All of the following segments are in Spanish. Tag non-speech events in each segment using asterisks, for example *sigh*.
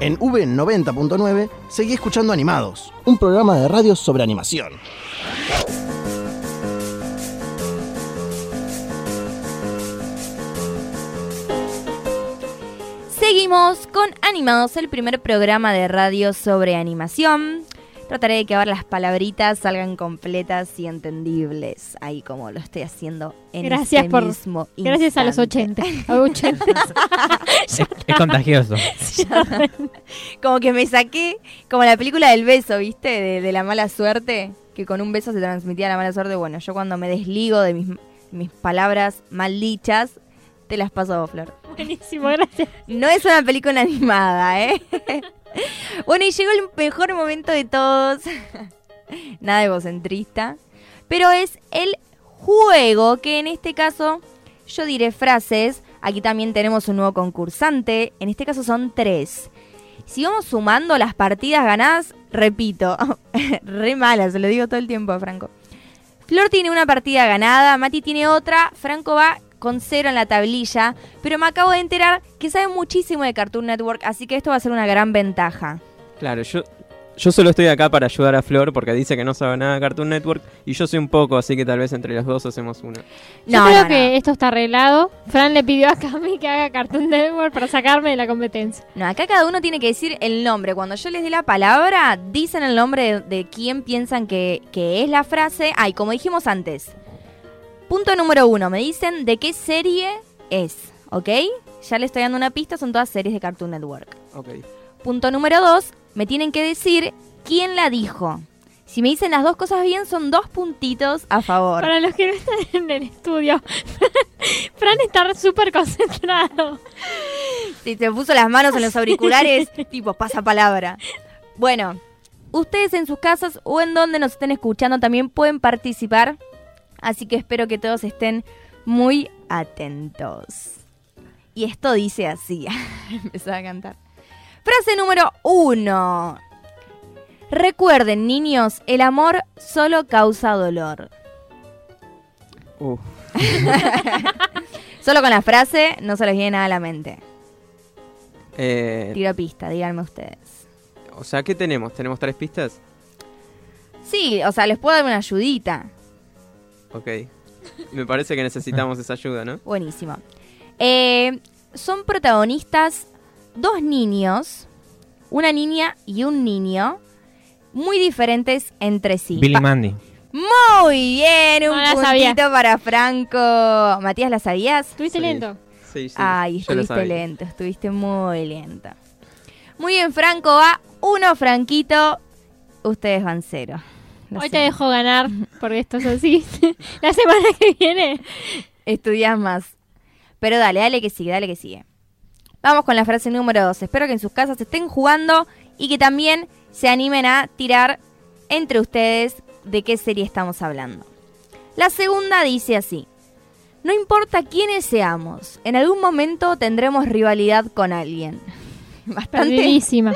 En V90.9 seguí escuchando Animados, un programa de radio sobre animación. Seguimos con Animados, el primer programa de radio sobre animación. Trataré de que ahora las palabritas salgan completas y entendibles, ahí como lo estoy haciendo en Gracias este por- mismo Gracias a los instante. 80. A los 80. Es, es contagioso. Como que me saqué, como la película del beso, ¿viste? De, de la mala suerte, que con un beso se transmitía la mala suerte. Bueno, yo cuando me desligo de mis, mis palabras mal dichas, te las paso a vos, Flor. *laughs* Buenísimo, gracias. No es una película *laughs* animada, ¿eh? bueno, y llegó el mejor momento de todos. *laughs* Nada egocentrista. Pero es el juego, que en este caso yo diré frases. Aquí también tenemos un nuevo concursante. En este caso son tres. Si vamos sumando las partidas ganadas, repito, *laughs* re mala, se lo digo todo el tiempo a Franco. Flor tiene una partida ganada, Mati tiene otra, Franco va con cero en la tablilla, pero me acabo de enterar que sabe muchísimo de Cartoon Network, así que esto va a ser una gran ventaja. Claro, yo, yo solo estoy acá para ayudar a Flor porque dice que no sabe nada de Cartoon Network y yo sé un poco, así que tal vez entre los dos hacemos una. Yo creo no, que no. esto está arreglado. Fran le pidió a Cami que haga Cartoon Network para sacarme de la competencia. No, acá cada uno tiene que decir el nombre. Cuando yo les dé la palabra, dicen el nombre de, de quién piensan que, que es la frase. Ay, como dijimos antes. Punto número uno, me dicen de qué serie es, ¿ok? Ya les estoy dando una pista, son todas series de Cartoon Network. Ok. Punto número dos, me tienen que decir quién la dijo. Si me dicen las dos cosas bien, son dos puntitos a favor. Para los que no están en el estudio, *laughs* Fran está súper concentrado. Si se puso las manos en los auriculares, tipo, pasa palabra. Bueno, ustedes en sus casas o en donde nos estén escuchando también pueden participar. Así que espero que todos estén muy atentos. Y esto dice así. *laughs* Empezaba a cantar. Frase número uno. Recuerden, niños, el amor solo causa dolor. Uh, Solo con la frase no se les viene nada a la mente. eh, Tiro pista, díganme ustedes. o sea, ¿qué tenemos? ¿Tenemos tres pistas? Sí, o sea, les puedo dar una ayudita. Ok. Me parece que necesitamos esa ayuda, ¿no? Buenísimo. Eh, son protagonistas dos niños, una niña y un niño, muy diferentes entre sí. Billy Pa- Mandy. muy bien, un No la puntito sabía. para Franco. Matías, ¿la sabías? Estuviste Sí. lento. Sí, sí. Ay, yo lo estuviste sabía. lento, estuviste muy lento. Muy bien, Franco va uno, Franquito. Ustedes van cero. Lo Hoy te siento. dejo ganar, porque esto es así. *laughs* la semana que viene. Estudias más. Pero dale, dale que sigue, dale que sigue. Vamos con la frase número 2. Espero que en sus casas estén jugando y que también se animen a tirar entre ustedes de qué serie estamos hablando. La segunda dice así. No importa quiénes seamos, en algún momento tendremos rivalidad con alguien. *laughs* Bastante, Perdidísima.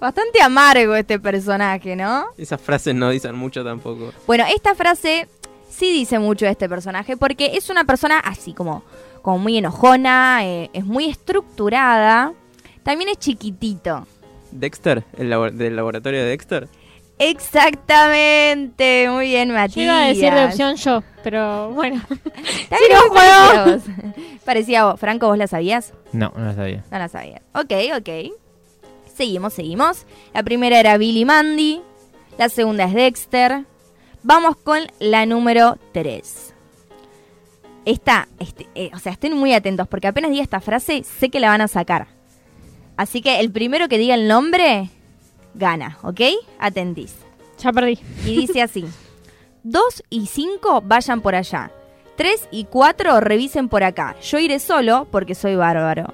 bastante amargo este personaje, ¿no? Esas frases no dicen mucho tampoco. Bueno, esta frase sí dice mucho de este personaje porque es una persona así como, como muy enojona, eh, es muy estructurada, también es chiquitito. ¿Dexter? ¿El labo- ¿Del laboratorio de Dexter? Exactamente, muy bien Matías. Yo iba a decir de opción yo, pero bueno. Está bien, Sí, no, parecía a vos. *laughs* Parecía a vos. Franco, ¿vos la sabías? No, no lo sabía. No la sabías. Ok, ok. Seguimos, seguimos. La primera era Billy Mandy, la segunda es Dexter. Vamos con la número 3. Esta, este, eh, o sea, estén muy atentos porque apenas diga esta frase, sé que la van a sacar. Así que el primero que diga el nombre, gana, ¿ok? Atentís. Ya perdí. Y dice así. 2 y 5 vayan por allá. 3 y 4 revisen por acá. Yo iré solo porque soy bárbaro.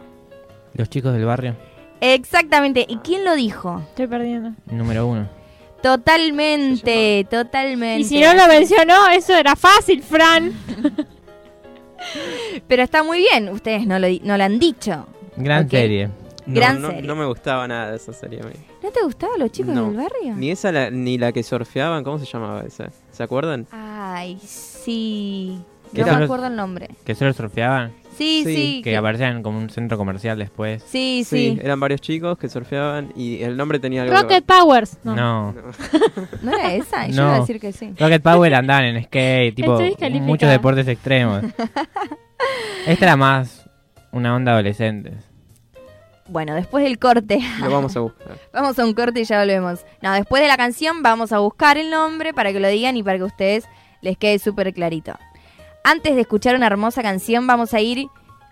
Los chicos del barrio, Exactamente. ¿Y quién lo dijo? Estoy perdiendo. número uno. Totalmente, totalmente. Y si no lo mencionó, eso era fácil, Fran. Pero está muy bien, ustedes no lo, di- no lo han dicho. Gran Ok. serie. No, Gran no, serie. no me gustaba nada de esa serie a mí. ¿No te gustaban los chicos No. del barrio? Ni esa, la- ni la que surfeaban, ¿cómo se llamaba esa? ¿Se acuerdan? Ay, sí. ¿Qué No tal? me acuerdo el nombre. Que solo surfeaban. Sí, Sí, sí. Que aparecían como un centro comercial después. Sí, sí. Eran varios chicos que surfeaban y el nombre tenía algo. Rocket Powers. No. No. ¿No era esa? Yo No. iba a decir que sí. Rocket Power andaban en skate, tipo Estoy descalificada. muchos deportes extremos. Esta era más una onda adolescente. Bueno, después del corte. Lo vamos a buscar. Vamos a un corte y ya volvemos. No, después de la canción vamos a buscar el nombre para que lo digan y para que a ustedes les quede súper clarito. Antes de escuchar una hermosa canción vamos a ir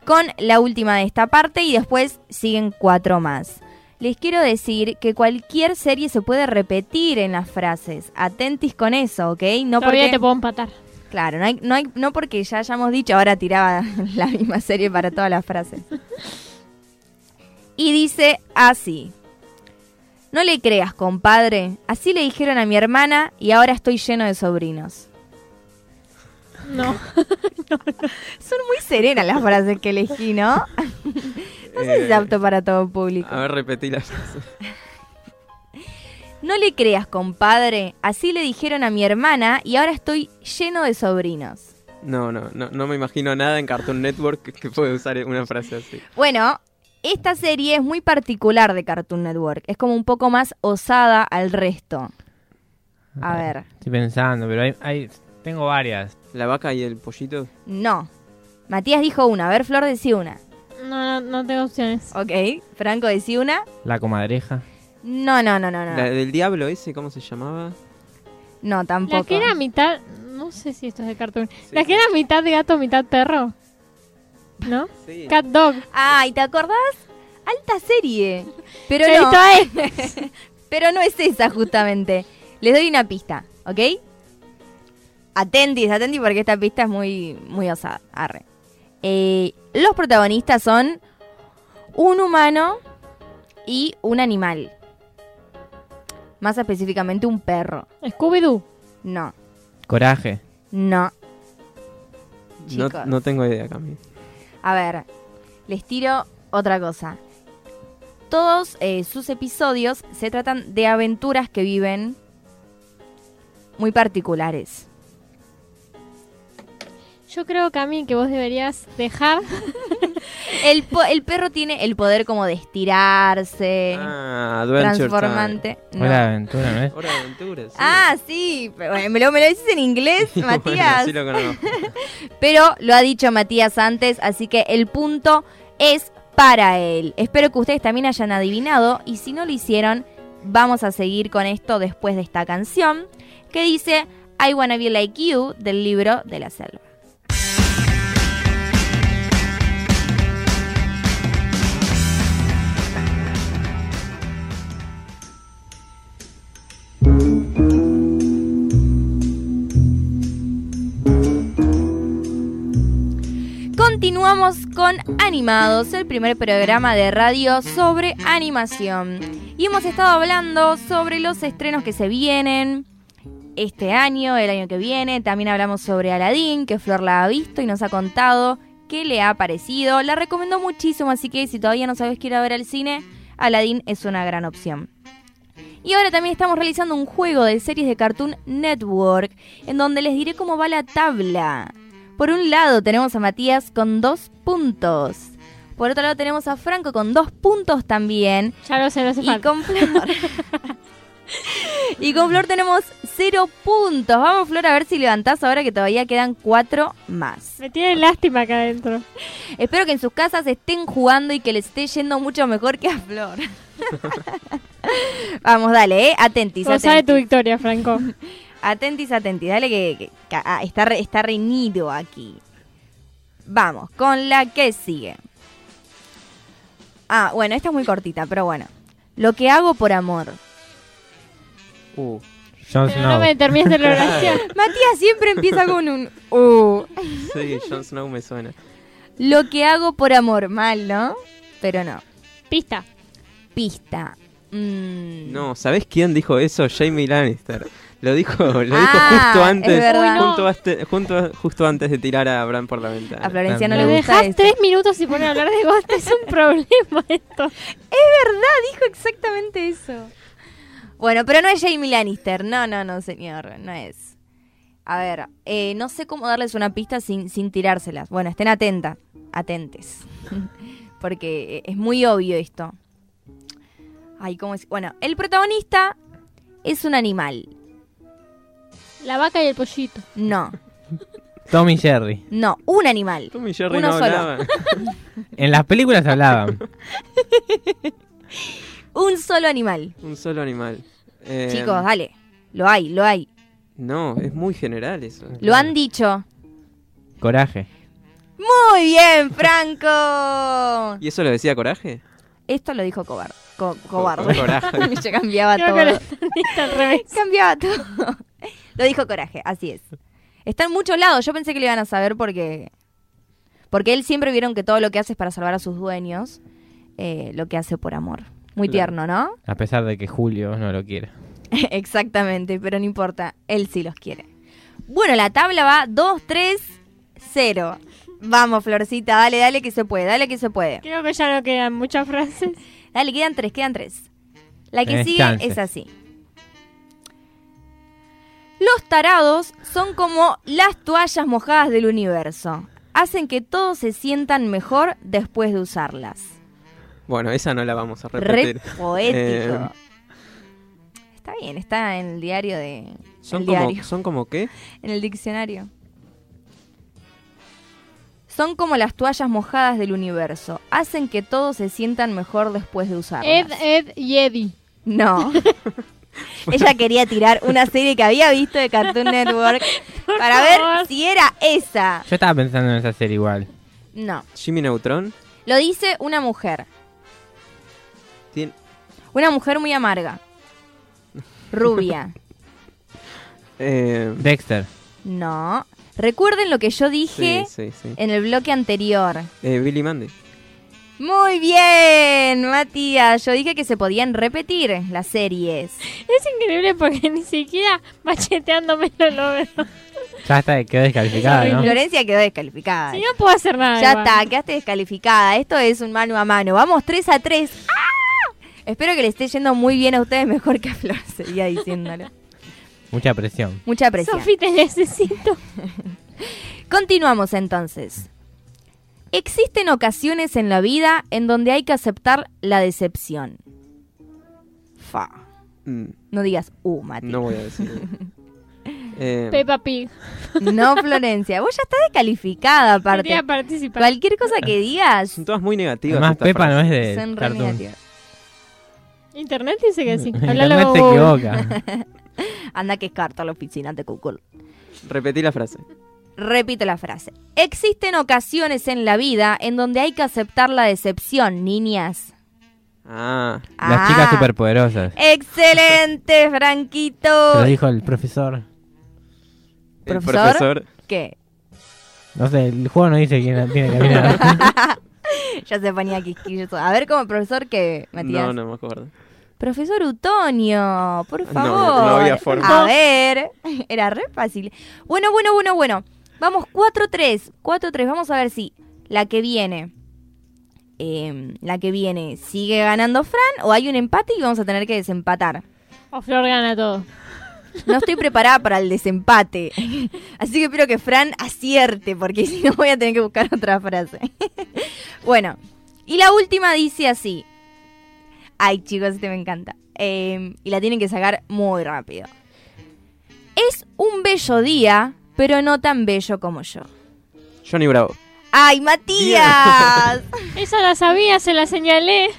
con la última de esta parte y después siguen cuatro más. Les quiero decir que cualquier serie se puede repetir en las frases. Atentis con eso, ¿ok? No Todavía porque... te puedo empatar. Claro, no, hay, no, hay- no porque ya hayamos dicho, ahora tiraba *laughs* la misma serie para todas las frases. Y dice así. No le creas, compadre. Así le dijeron a mi hermana y ahora estoy lleno de sobrinos. *laughs* No. Son muy serenas las frases que elegí, ¿no? No sé si es Eh, apto para todo público. a ver, repetí la frase. No le creas, compadre. Así le dijeron a mi hermana y ahora estoy lleno de sobrinos. No, no, no, no me imagino nada en Cartoon Network que- que puede usar una frase así. Bueno, esta serie es muy particular de Cartoon Network. Es como un poco más osada al resto. A ver, Estoy pensando, pero hay, hay- tengo varias. La vaca y el pollito. no. Matías dijo una. A ver, Flor, decí una. No, no, no tengo opciones. Ok. Franco, decí una. La comadreja. No, no, no, no, La no. del diablo ese, ¿cómo se llamaba? No, La tampoco. que era mitad. No sé si esto es de cartoon. La que era mitad gato, mitad perro. ¿No? Sí. Cat Dog. Ay, ¿te acordás? Alta serie. *laughs* Pero Pero no. esto es. Pero no es esa justamente. Les doy una pista, ¿ok? Atentis, atentis porque esta pista es muy, muy osada. Arre. Eh, los protagonistas son un humano y un animal. Más específicamente un perro. Scooby-Doo. No, Coraje. no. No, Chicos. no tengo idea, Cami. A ver, les tiro otra cosa. Todos eh, sus episodios se tratan de aventuras que viven muy particulares. Yo creo, Cami, que vos deberías dejar. El, po- el perro tiene el poder como de estirarse, Ah, Adventure Eh, transformante. No. Hora de aventura, *laughs* ¿no es? Time. Hora de aventura, sí. Ah, sí, pero, bueno, me lo, me lo dices en inglés, *laughs* Bueno, Matías. *laughs* sí lo conozco. Pero lo ha dicho Matías antes, así que el punto es para él. Espero que ustedes también hayan adivinado y si no lo hicieron, vamos a seguir con esto después de esta canción que dice I Wanna Be Like You del libro de la selva. Continuamos con Animados, el primer programa de radio sobre animación. Y hemos estado hablando sobre los estrenos que se vienen este año, el año que viene. También hablamos sobre Aladdin, que Flor la ha visto y nos ha contado qué le ha parecido. La recomendó muchísimo, así que si todavía no sabes que ir a ver al cine, Aladdin es una gran opción. Y ahora también estamos realizando un juego de series de Cartoon Network, en donde les diré cómo va la tabla. Por un lado tenemos a Matías con dos puntos. Por otro lado tenemos a Franco con dos puntos también. Ya lo sé, no hace Y falta. con Flor. *laughs* y con Flor tenemos cero puntos. Vamos, Flor, a ver si levantás ahora que todavía quedan cuatro más. Me tiene lástima acá adentro. Espero que en sus casas estén jugando y que les esté yendo mucho mejor que a Flor. *laughs* Vamos, dale, eh. Atentis, Vos sabés atentis. tu victoria, Franco. Atentis, atentis. Dale que, que- que- ah, está, re- está reñido aquí. Vamos, con la que sigue. Ah, bueno, esta es muy cortita, pero bueno. Lo que hago por amor. Uh, Pero Jon no Snow. me termines de la oración. Matías siempre empieza con un uh. sí, Jon Snow me suena. Lo que hago por amor, mal, ¿no? Pero no. Pista. Pista. Mm. No, ¿sabés quién dijo eso? Jamie Lannister. Lo dijo, lo dijo Ah, justo es antes, verdad. Uy, no. junto, aste- junto- justo antes de tirar a Bran por la ventana. A Florencia no Lo le Lo gusta dejás eso. tres minutos y pones a hablar de Ghost. Es un problema esto. dijo exactamente eso. Bueno, pero no es Jamie Lannister. No, no, no, señor. No es. A ver, eh, no sé cómo darles una pista sin, sin tirárselas. Bueno, estén atentas, atentes. *laughs* Porque eh, es muy obvio esto. Ay, ¿cómo es? Bueno, el protagonista es un animal. La vaca y el pollito. No, Tom y Jerry. no, un animal. Tom y Jerry Uno no solo. hablaban. En las películas hablaban. Un solo animal. Un solo animal. Eh, Chicos, dale. Lo hay, lo hay. No, es muy general eso. Lo han dicho. Coraje. Muy bien, *laughs* Franco. ¿Y eso lo decía Coraje? Esto lo dijo Cobar. Co- Co- cobarde. Coraje. *laughs* Yo cambiaba Creo que lo todo. *laughs* entendiste al revés. Cambiaba todo. Lo dijo Coraje, así es. Está en muchos lados. Yo pensé que lo iban a saber porque. Porque él siempre vieron que todo lo que hace es para salvar a sus dueños. eh, lo que hace por amor. Muy Claro. tierno, ¿no? *laughs* A pesar de que Julio no lo quiera. Exactamente, pero no importa, él sí los quiere. Bueno, la tabla va 2, 3, 0. Vamos, Florcita, dale, dale que se puede, dale que se puede. Creo que ya no quedan muchas frases. Dale, quedan tres, quedan tres. La que Tenés sigue chances. es así. Los tarados son como las toallas mojadas del universo. Hacen que todos se sientan mejor después de usarlas. Bueno, esa no la vamos a Re repetir. poético. Está bien, está en el diario de... ¿Son el como, diario. *laughs* ¿Son como qué? en el diccionario. Son como las toallas mojadas del universo. Hacen que todos se sientan mejor después de usarlas. Ed, Ed y Eddie. No. Ella quería tirar una serie que había visto de Cartoon Network para ver favor. si era esa. Yo estaba pensando en esa serie igual. No. Jimmy Neutron. Lo dice una mujer. Tien- Una mujer muy amarga. Rubia. eh, Dexter. No. Recuerden lo que yo dije sí, sí, sí. en el bloque anterior. Eh, Billy Mandy. Muy bien, Matías. Yo dije que se podían repetir las series. Es increíble porque ni siquiera macheteándome lo logro. Ya está, quedó descalificada, ¿no? Florencia quedó descalificada. Si no puedo hacer nada. ya igual. está, quedaste descalificada. Esto es un mano a mano. Vamos 3 a 3. ¡Ah! Espero que le esté yendo muy bien a ustedes, mejor que a Flor, *laughs* seguía diciéndolo. Mucha presión. Mucha presión. Sofi, *laughs* te necesito. Continuamos entonces. Existen ocasiones en la vida en donde hay que aceptar la decepción. Fa. Mm, No digas, uh, Matías. no voy *laughs* a decir. Eh, Peppa Pig. No, Florencia. Vos ya estás descalificada, aparte. Quería participar. Cualquier cosa que digas son todas muy negativas. Además, estas Pepa no frases. es de son re *laughs* Cartoon. negativas. Internet dice *laughs* que sí. Hablalo Internet se vos. equivoca. Anda que es carta la oficina de Google. Repetí la frase. Repito la frase. Existen ocasiones en la vida en donde hay que aceptar la decepción, niñas. Ah, Ah. Las chicas superpoderosas. ¡Excelente, Te Franquito! lo dijo el profesor. el ¿Profesor? profesor. ¿Qué? *laughs* No sé, el juego no dice quién tiene *laughs* que mirar. Ya se ponía quisquilloso. A ver, como profesor que, Matías. No, no me acuerdo. Profesor Utonio, por No, favor. no, no había forma. A ver, *laughs* era re fácil. Bueno, bueno, bueno, bueno. Vamos 4-3, 4-3. Vamos a ver si la que viene, eh, la que viene, sigue ganando Fran o hay un empate y vamos a tener que desempatar. O Flor gana todo. No estoy preparada para el desempate. Así que espero que Fran acierte, porque *laughs* si no voy a tener que buscar otra frase. Bueno, y la última dice así. Ay, chicos, este me encanta. Eh, y la tienen que sacar muy rápido. Es un bello día, pero no tan bello como yo. Johnny Bravo. ¡Ay, Matías! Esa la sabía, se la señalé.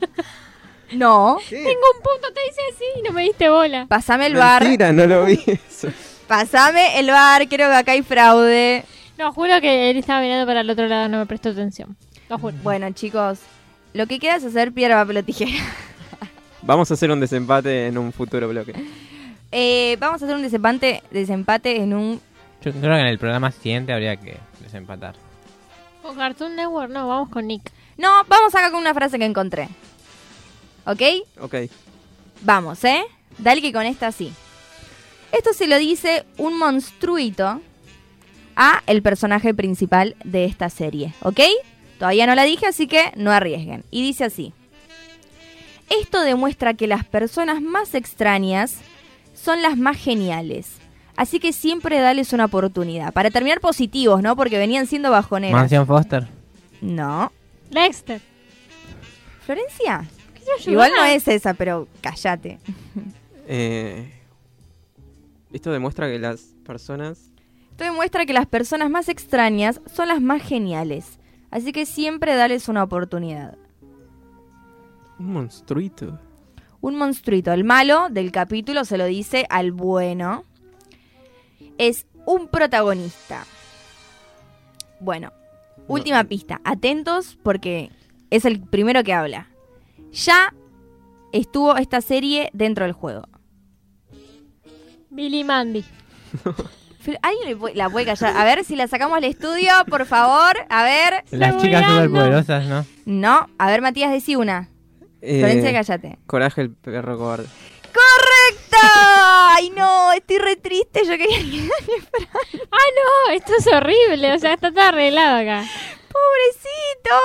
*laughs* No, Tengo un punto, te hice así y no me diste bola. pasame el bar. Mentira, no lo vi. eso. Pasame el bar, creo que acá hay fraude. No, juro que él estaba mirando para el otro lado, no me prestó atención. Lo juro. Bueno, chicos, lo que queda es hacer piedra, papel o tijera. Vamos a hacer un desempate en un futuro bloque. Eh, vamos a hacer un desempate, desempate en un... Yo creo que en el programa siguiente habría que desempatar. Con Cartoon Network, no, vamos con Nick. No, vamos acá con una frase que encontré. ¿Ok? Ok. Vamos, ¿eh? Dale que con esta sí. Esto se lo dice un monstruito a el personaje principal de esta serie, ¿ok? Todavía no la dije, así que no arriesguen. Y dice así. Esto demuestra que las personas más extrañas son las más geniales. Así que siempre dales una oportunidad. Para terminar positivos, ¿no? Porque venían siendo bajoneros. Mansión Foster. No. Dexter. Florencia. Quiero ayudar. Igual no es esa, pero cállate. Eh, esto demuestra que las personas. Esto demuestra que las personas más extrañas son las más geniales. Así que siempre dales una oportunidad. Un monstruito. Un monstruito, el malo del capítulo se lo dice al bueno. Es un protagonista. Bueno, última pista. Atentos porque es el primero que habla. Ya estuvo esta serie dentro del juego. Billy Mandy. Pero ¿Alguien le puede- la puede callar? A ver si la sacamos al estudio, por favor. A ver. Las Estoy chicas mirando. superpoderosas, ¿no? No. A ver, Matías, decí una. Eh, Florencia, cállate. Coraje el perro cobarde. ¡Correcto! Ay, no, estoy re triste. Yo quería que... *laughs* Ah, No, esto es horrible. O sea, está todo arreglado acá. Pobrecito,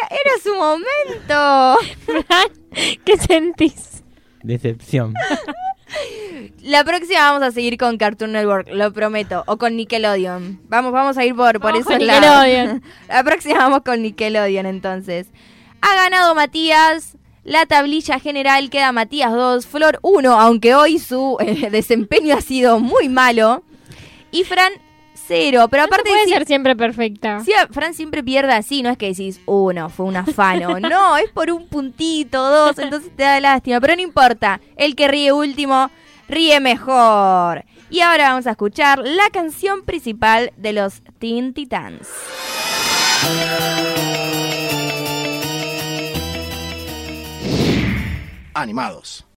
era, era, era su momento. Fran, *laughs* ¿Qué sentís? Decepción. La próxima vamos a seguir con Cartoon Network, lo prometo. O con Nickelodeon. Vamos, vamos a ir por, por Vamos esos con lados. Nickelodeon. La próxima vamos con Nickelodeon entonces. Ha ganado Matías. La tablilla general queda Matías 2, Flor 1, aunque hoy su eh, *laughs* desempeño ha sido muy malo. Y Fran 0. Pero No se aparte puede sí- ser siempre perfecta. Sí, a- Fran siempre pierde así, no es que decís, uno, fue un *laughs* afano. No, es por un puntito, dos, entonces te da lástima. Pero no importa, el que ríe último, ríe mejor. Y ahora vamos a escuchar la canción principal de los Teen Titans. Animados.